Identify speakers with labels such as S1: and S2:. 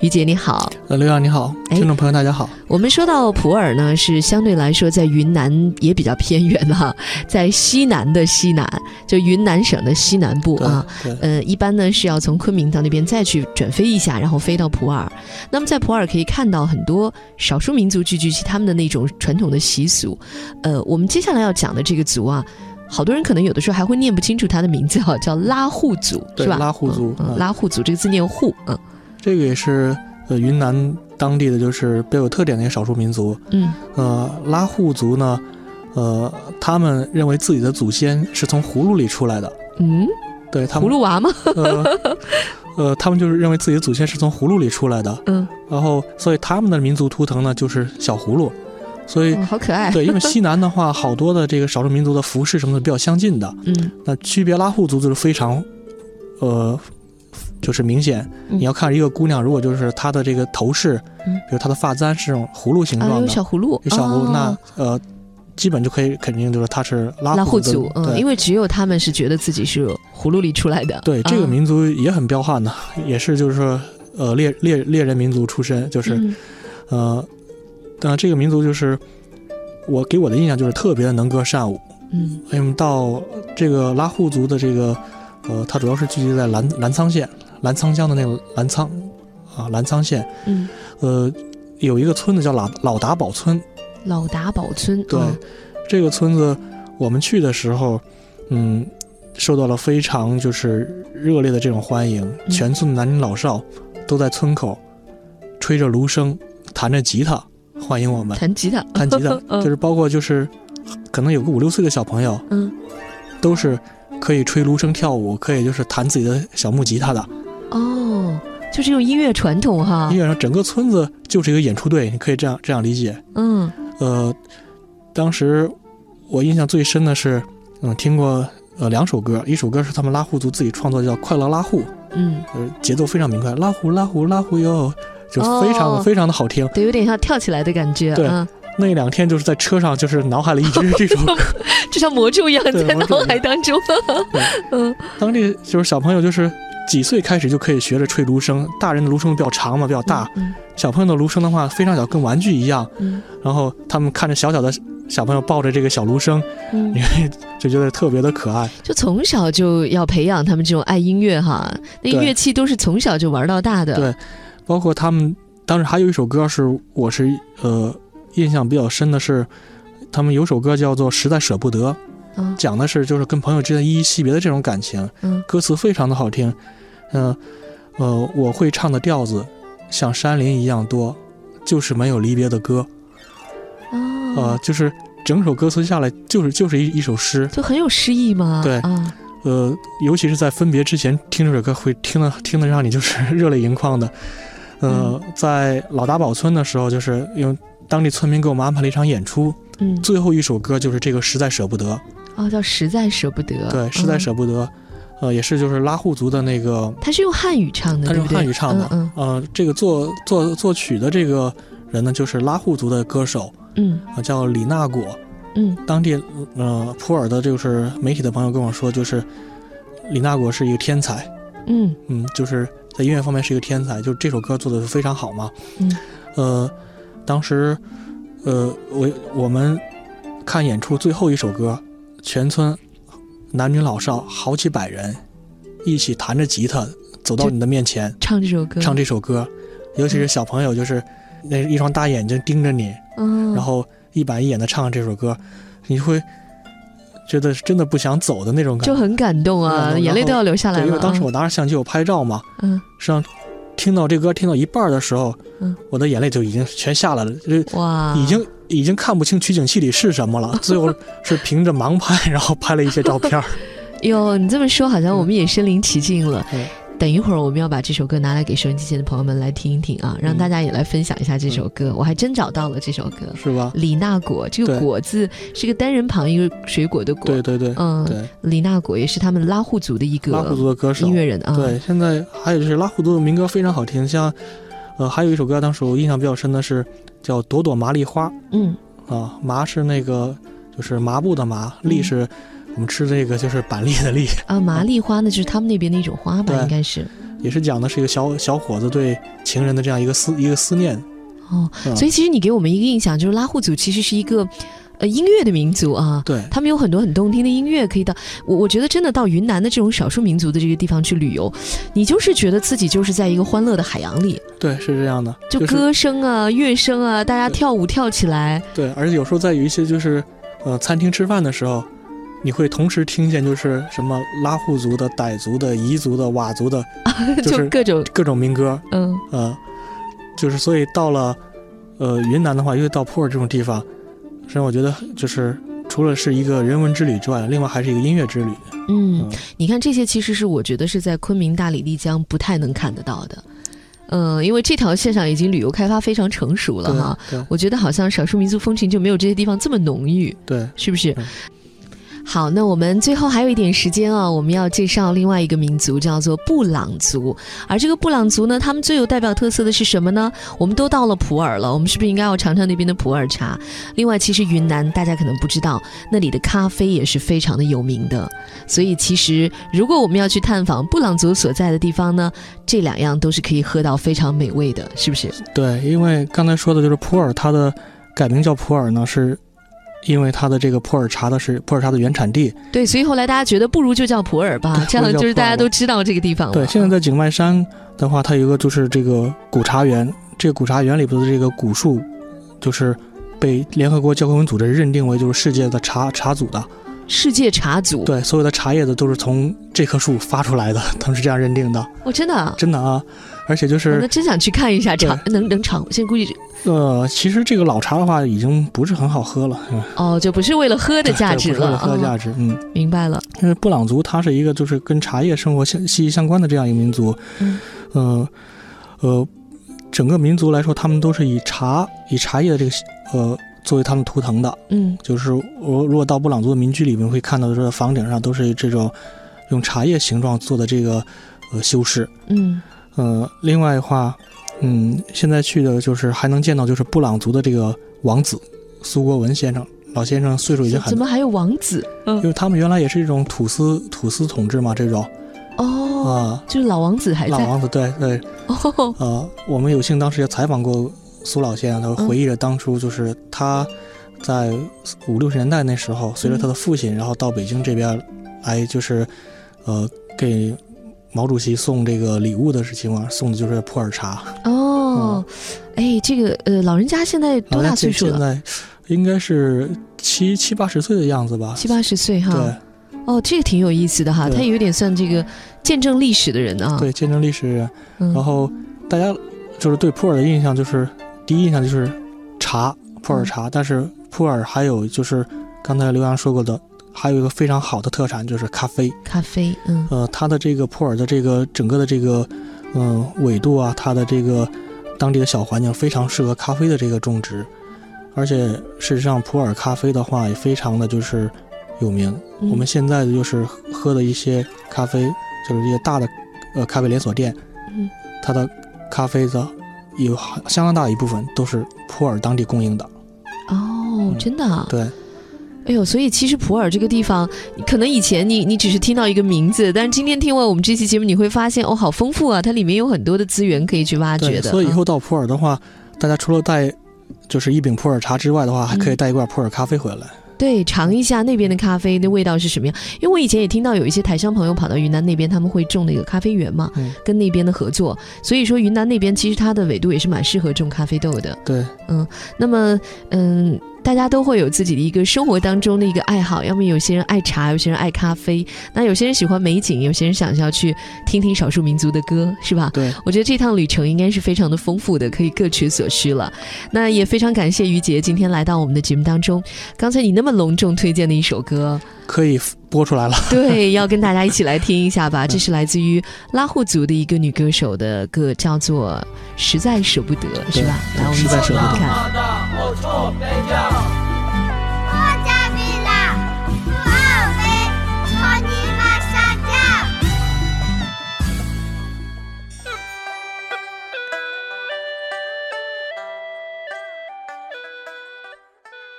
S1: 于姐你好。
S2: 呃，刘洋你好，
S1: 哎
S2: 听众朋友大家好。
S1: 我们说到普洱呢，是相对来说在云南也比较偏远哈、 在西南的西南，就云南省的西南部
S2: 对
S1: 啊。
S2: 对，
S1: 呃，一般呢是要从昆明到那边再去转飞一下，然后飞到普洱。那么在普洱可以看到很多少数民族聚居区他们的那种传统的习俗。呃，我们接下来要讲的这个族啊，好多人可能有的时候还会念不清楚他的名字哈、 叫拉祜族，
S2: 对
S1: 是吧？
S2: 拉祜族
S1: 嗯嗯
S2: 嗯
S1: 拉祜族这个字念祜，嗯
S2: 这个也是呃云南当地的就是比较有特点的一个少数民族。
S1: 嗯，
S2: 呃，拉祜族呢，呃，他们认为自己的祖先是从葫芦里出来的。
S1: 嗯，
S2: 对他
S1: 葫
S2: 们，
S1: 芦娃吗？
S2: 呃，呃，他们就是认为自己的祖先是从葫芦里出来的。
S1: 嗯，
S2: 然后，所以他们的民族图腾呢就是小葫芦。所以，
S1: 哦好可爱。
S2: 对，因为西南的话，好多的这个少数民族的服饰什么的比较相近的。
S1: 嗯，
S2: 那区别拉祜族就是非常，呃，就是明显。
S1: 嗯
S2: 你要看一个姑娘，如果就是她的这个头饰，
S1: 嗯
S2: 比如她的发簪是这种葫芦形
S1: 啊，
S2: 状
S1: 有
S2: 的，
S1: 小葫芦，
S2: 有小葫芦，
S1: 哦
S2: 那呃，基本就可以肯定就是她是拉
S1: 拉祜
S2: 祜的
S1: 族，嗯，
S2: 对
S1: 因为只有他们是觉得自己是葫芦里出来的。啊
S2: 对这个民族也很彪悍的，也是就是说呃猎猎猎人民族出身，就
S1: 族
S2: 是、呃，但这个民族就是我给我的印象就是特别的能歌善舞。
S1: 嗯
S2: 为什么到这个拉祜族的这个呃，它主要是聚集在澜澜沧县、澜沧江的那个澜沧啊，澜沧县
S1: 嗯，
S2: 呃，有一个村子叫老老达堡村，
S1: 老达堡村，
S2: 对，
S1: 嗯
S2: 这个村子我们去的时候，嗯，受到了非常就是热烈的这种欢迎，
S1: 嗯
S2: 全村的男女老少都在村口吹着芦笙，弹着吉他欢迎我们，
S1: 弹吉他，
S2: 弹吉他
S1: 嗯
S2: 就是包括就是可能有个五六岁的小朋友，
S1: 嗯，
S2: 都是可以吹芦笙跳舞，可以就是弹自己的小木吉他的。
S1: 哦，就这种音乐传统哈
S2: 基，本上整个村子就是一个演出队，你可以这样这样理解。
S1: 嗯
S2: 呃，当时我印象最深的是，嗯，听过呃两首歌，一首歌是他们拉祜族自己创作的，叫《快乐拉祜》，
S1: 嗯，
S2: 呃，节奏非常明快，拉祜拉祜拉祜哟，就非常的、
S1: 哦
S2: 非常的好听。
S1: 对，有点像跳起来的感觉，
S2: 对
S1: 嗯，
S2: 那两天就是在车上，就是脑海里一直是这首歌。
S1: 就像魔咒一样
S2: 对
S1: 在
S2: 魔
S1: 脑
S2: 咒
S1: 海当中， 嗯
S2: 当地就是小朋友就是几岁开始就可以学着吹芦笙，大人的芦笙比较长嘛，比较大，
S1: 嗯
S2: 小朋友的芦笙的话非常小，跟玩具一样。
S1: 嗯
S2: 然后他们看着小小的小朋友抱着这个小芦笙，
S1: 嗯，
S2: 你就觉得特别的可爱。
S1: 就从小就要培养他们这种爱音乐哈，那
S2: 对
S1: 乐器都是从小就玩到大的，
S2: 对包括他们当时还有一首歌是我是呃印象比较深的是，他们有首歌叫做《实在舍不得》，
S1: 嗯
S2: 讲的是就是跟朋友之间依依惜别的这种感情，
S1: 嗯
S2: 歌词非常的好听。嗯呃我会唱的调子像山林一样多，就是没有离别的歌。呃
S1: 哦，，
S2: 就是整首歌词下来就是就是一一首诗。
S1: 就很有诗意嘛，
S2: 对
S1: 啊，
S2: 呃，尤其是在分别之前听这首歌，会听得听得让你就是 热泪盈眶的。呃，
S1: 嗯
S2: 在老达堡村的时候，就是因为当地村民给我们安排了一场演出，
S1: 嗯，
S2: 最后一首歌就是这个《实在舍不得
S1: 哦，叫实在舍不得，》，
S2: 对，《实在
S1: 嗯
S2: 舍不得》，呃，也是就是拉祜族的那个，
S1: 他是用汉语唱的，
S2: 它是
S1: 对
S2: 用
S1: 不对
S2: 汉语唱的，
S1: 嗯
S2: 呃，这个作作作曲的这个人呢，就是拉祜族的歌手，
S1: 嗯
S2: 啊、叫李纳果，
S1: 嗯嗯，
S2: 当地呃普洱的就是媒体的朋友跟我说，就是李纳果是一个天才。
S1: 嗯
S2: 嗯，就是在音乐方面是一个天才，就这首歌做的非常好嘛。
S1: 嗯，
S2: 呃，当时，呃，我我们看演出最后一首歌，全村男女老少好几百人一起弹着吉他走到
S1: 这
S2: 你的面前
S1: 唱这首歌，
S2: 唱这首歌，尤其是小朋友，就是那一双大眼睛盯着你，
S1: 嗯，
S2: 然后一板一眼的唱这首歌，你会觉得真的不想走的那种感
S1: 就
S2: 觉。
S1: 很感动
S2: 很感
S1: 啊，
S2: 动
S1: 眼泪
S2: 然
S1: 都
S2: 后
S1: 要流下来
S2: 对，
S1: 了。
S2: 因为当时
S1: 啊
S2: 我拿着相机我拍照嘛，
S1: 嗯
S2: 实际上听到这歌听到一半儿的时候，
S1: 嗯啊
S2: 我的眼泪就已经全下来了，这
S1: 哇，
S2: 已经、已经看不清取景器里是什么 了。最后是凭着盲拍，然后拍了一些照片儿。
S1: 哟，你这么说好像我们也身临其境了。
S2: 嗯
S1: 等一会儿我们要把这首歌拿来给收音机前的朋友们来听一听啊，让
S2: 嗯
S1: 大家也来分享一下这首歌。我还真找到了这首歌，
S2: 是 吧？
S1: 李娜果，这个
S2: 对
S1: 果字是个单人旁一个水果的果。
S2: 对对对、
S1: 嗯，
S2: 对，
S1: 李娜果也是他们拉祜族的一
S2: 拉祜
S1: 个
S2: 族的歌手
S1: 音。乐人啊。
S2: 对，现在还有就是拉祜族的民歌非常好听，像呃还有一首歌，当时我印象比较深的是叫《朵朵麻栗花》
S1: 嗯
S2: 啊，麻是那个就是麻布的麻，
S1: 嗯
S2: 栗是我们吃这个就是板栗的栗。
S1: 啊，麻栗花呢，就是他们那边的一种花吧，
S2: 对
S1: 应该是。
S2: 也是讲的是一个小小伙子对情人的这样一个思一个思念。
S1: 哦，
S2: 嗯
S1: 所以其实你给我们一个印象，就是拉祜族其实是一个呃音乐的民族啊。
S2: 对，
S1: 他们有很多很动听的音乐，可以到我我觉得真的到云南的这种少数民族的这个地方去旅游，你就是觉得自己就是在一个欢乐的海洋里，
S2: 对，是这样的，
S1: 就是歌声啊、乐声啊，大家跳舞跳起来，
S2: 对，而且有时候在有一些就是，呃，餐厅吃饭的时候，你会同时听见就是什么拉祜族的、傣族的、彝族的、佤族的就
S1: 就是各种
S2: 各种民歌，
S1: 嗯
S2: 呃，就是所以到了呃云南的话，因为到普洱这种地方，实际上我觉得就是除了是一个人文之旅之外，另外还是一个音乐之旅。
S1: 嗯
S2: 嗯，
S1: 你看这些其实是我觉得是在昆明、大理、丽江不太能看得到的，嗯、因为这条线上已经旅游开发非常成熟了哈。
S2: 对对
S1: 我觉得好像少数民族风情就没有这些地方这么浓郁。
S2: 对，
S1: 是不是
S2: 嗯？
S1: 好，那我们最后还有一点时间啊，我们要介绍另外一个民族，叫做布朗族。而这个布朗族呢，他们最有代表特色的是什么呢？我们都到了普洱了，我们是不是应该要尝尝那边的普洱茶？另外，其实云南大家可能不知道，那里的咖啡也是非常的有名的。所以，其实如果我们要去探访布朗族所在的地方呢，这两样都是可以喝到非常美味的，是不是？
S2: 对，因为刚才说的就是普洱，它的改名叫普洱呢，是因为它的这个普洱茶的是普洱茶的原产地。
S1: 对，所以后来大家觉得不如就叫普洱吧
S2: 对，
S1: 这样
S2: 不如叫
S1: 就是大
S2: 普
S1: 家
S2: 洱
S1: 都知道这个地方了。
S2: 对，现在在景迈山的话，它有一个就是这个古茶园，这个古茶园里边的这个古树，就是被联合国教科文组织认定为就是世界的茶茶组的。
S1: 世界茶组，
S2: 对，所有的茶叶的都是从这棵树发出来的，他们是这样认定的，
S1: 我、真的啊、
S2: 真的啊。而且就
S1: 我那
S2: 是
S1: 真想去看一下
S2: 对
S1: 尝，能能尝，现在估计
S2: 呃，其实这个老茶的话已经不是很好喝了，嗯
S1: 哦，就不是为了喝的
S2: 对
S1: 价
S2: 对
S1: 值
S2: 不是为
S1: 了，
S2: 了喝
S1: 哦
S2: 的价值，嗯。
S1: 明白了，
S2: 因为布朗族它是一个就是跟茶叶生活相息息相关的这样一个民族，
S1: 嗯
S2: 呃呃，整个民族来说，他们都是以茶以茶叶的这个呃作为他们图腾的。
S1: 嗯
S2: 就是我如果到布朗族的民居里面会看到，就是房顶上都是这种用茶叶形状做的这个呃修饰。
S1: 嗯，
S2: 呃，另外的话，嗯，现在去的就是还能见到就是布朗族的这个王子苏国文先生，老先生岁数已经
S1: 怎
S2: 很
S1: 怎么还有王子？
S2: 因为他们原来也是一种土司土司统治嘛，这种啊、
S1: 哦，就是老王子还
S2: 老
S1: 在
S2: 王子对对
S1: 哦，
S2: 呃，我们有幸当时也采访过苏老先生，他
S1: 嗯
S2: 回忆着当初就是他在五六十年代那时候，随着他的父亲，然后到北京这边来，就是呃给毛主席送这个礼物的事情嘛，送的就是普洱茶。
S1: 哦，
S2: 嗯
S1: 哎，这个呃，老人家现在多大
S2: 然后
S1: 岁
S2: 现
S1: 数
S2: 现
S1: 了？
S2: 在应该是七七八十岁的样子吧。
S1: 七八十岁哈，
S2: 对
S1: 哦，这个挺有意思的哈，
S2: 对
S1: 他有点算这个见证历史的人啊，
S2: 对，见证历史人。
S1: 嗯，
S2: 然后大家就是对普洱的印象就是第一印象就是茶，普
S1: 嗯
S2: 洱茶。但是普洱还有就是刚才刘洋说过的，还有一个非常好的特产就是咖啡。
S1: 咖啡，嗯
S2: 呃，它的这个普洱的这个整个的这个嗯、呃纬度啊，它的这个当地的小环境非常适合咖啡的这个种植。而且事实上，普洱咖啡的话也非常的就是有名。
S1: 嗯
S2: 我们现在的就是喝的一些咖啡，就是一些大的呃咖啡连锁店，
S1: 嗯，
S2: 它的咖啡的有相当大一部分都是普洱当地供应的。
S1: 哦，
S2: 嗯
S1: 真的啊，
S2: 对
S1: 哎呦，所以其实普洱这个地方，可能以前你你只是听到一个名字，但是今天听完我们这期节目，你会发现哦，好丰富啊！它里面有很多的资源可以去挖掘
S2: 对，
S1: 的。
S2: 所以以
S1: 嗯
S2: 后到普洱的话，大家除了带就是一饼普洱茶之外的话，还可
S1: 嗯
S2: 以带一罐普洱咖啡回来。
S1: 对尝一下那边的咖啡那味道是什么样，因为我以前也听到有一些台商朋友跑到云南那边，他们会种那个咖啡园嘛，
S2: 嗯
S1: 跟那边的合作，所以说云南那边其实它的纬度也是蛮适合种咖啡豆的。
S2: 对
S1: 那么，嗯，大家都会有自己的一个生活当中的一个爱好，要么有些人爱茶，有些人爱咖啡，那有些人喜欢美景，有些人想要去听听少数民族的歌，是吧？
S2: 对，
S1: 我觉得这趟旅程应该是非常的丰富的，可以各取所需了。那也非常感谢于杰今天来到我们的节目当中。刚才你那么隆重推荐的一首 歌，
S2: 可以播出来了。
S1: 对，要跟大家一起来听一下 吧。这是来自于拉祜族的一个女歌手的歌，叫做《实在舍不得》，是吧？
S2: 对
S1: 来，我们一
S2: 实在
S1: 起
S2: 舍不
S1: 听
S2: 得
S1: 听看。
S3: 我错北疆，